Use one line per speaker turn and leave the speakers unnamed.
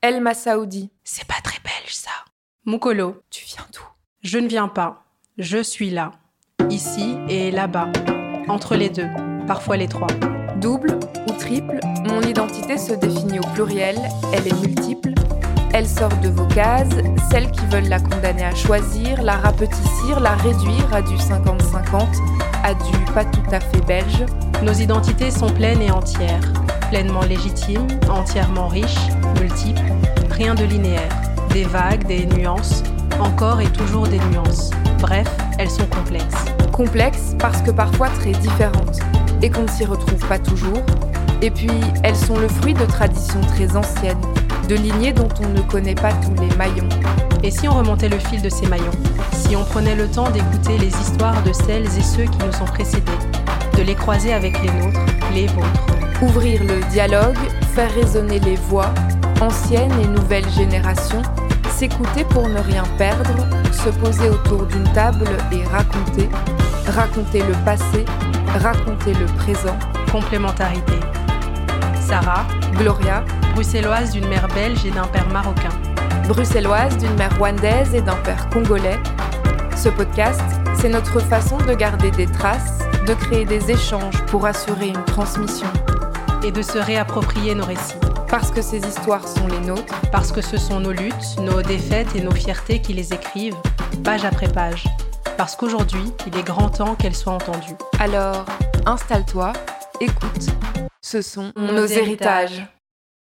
El Massaoudi.
C'est pas très belge ça.
Mukolo,
Tu viens d'où
je ne viens pas. Je suis là. Ici et là-bas. Entre les deux. Parfois les trois.
Double ou triple, mon identité se définit au pluriel, elle est multiple. Elle sort de vos cases, celles qui veulent la condamner à choisir, la rapetissir, la réduire à du 50-50, à du pas tout à fait belge.
Nos identités sont pleines et entières. Pleinement légitimes, entièrement riches, multiples. Rien de linéaire. Des vagues, des nuances. Encore et toujours des nuances. Bref, elles sont complexes.
Complexes parce que parfois très différentes, et qu'on ne s'y retrouve pas toujours. Et puis, elles sont le fruit de traditions très anciennes, de lignées dont on ne connaît pas tous les maillons.
Et si on remontait le fil de ces maillons Si on prenait le temps d'écouter les histoires de celles et ceux qui nous ont précédés, de les croiser avec les nôtres, les vôtres
Ouvrir le dialogue, faire résonner les voix, anciennes et nouvelles générations, s'écouter pour ne rien perdre, se poser autour d'une table et raconter, raconter le passé, raconter le présent.
Complémentarité. Sarah,
Gloria,
bruxelloise d'une mère belge et d'un père marocain.
bruxelloise d'une mère rwandaise et d'un père congolais. Ce podcast, c'est notre façon de garder des traces, de créer des échanges pour assurer une transmission.
Et de se réapproprier nos récits.
Parce que ces histoires sont les nôtres,
Parce que ce sont nos luttes, nos défaites et nos fiertés qui les écrivent, page après page. Parce qu'aujourd'hui, il est grand temps qu'elles soient entendues.
alors installe-toi, écoute. Ce sont nos héritages.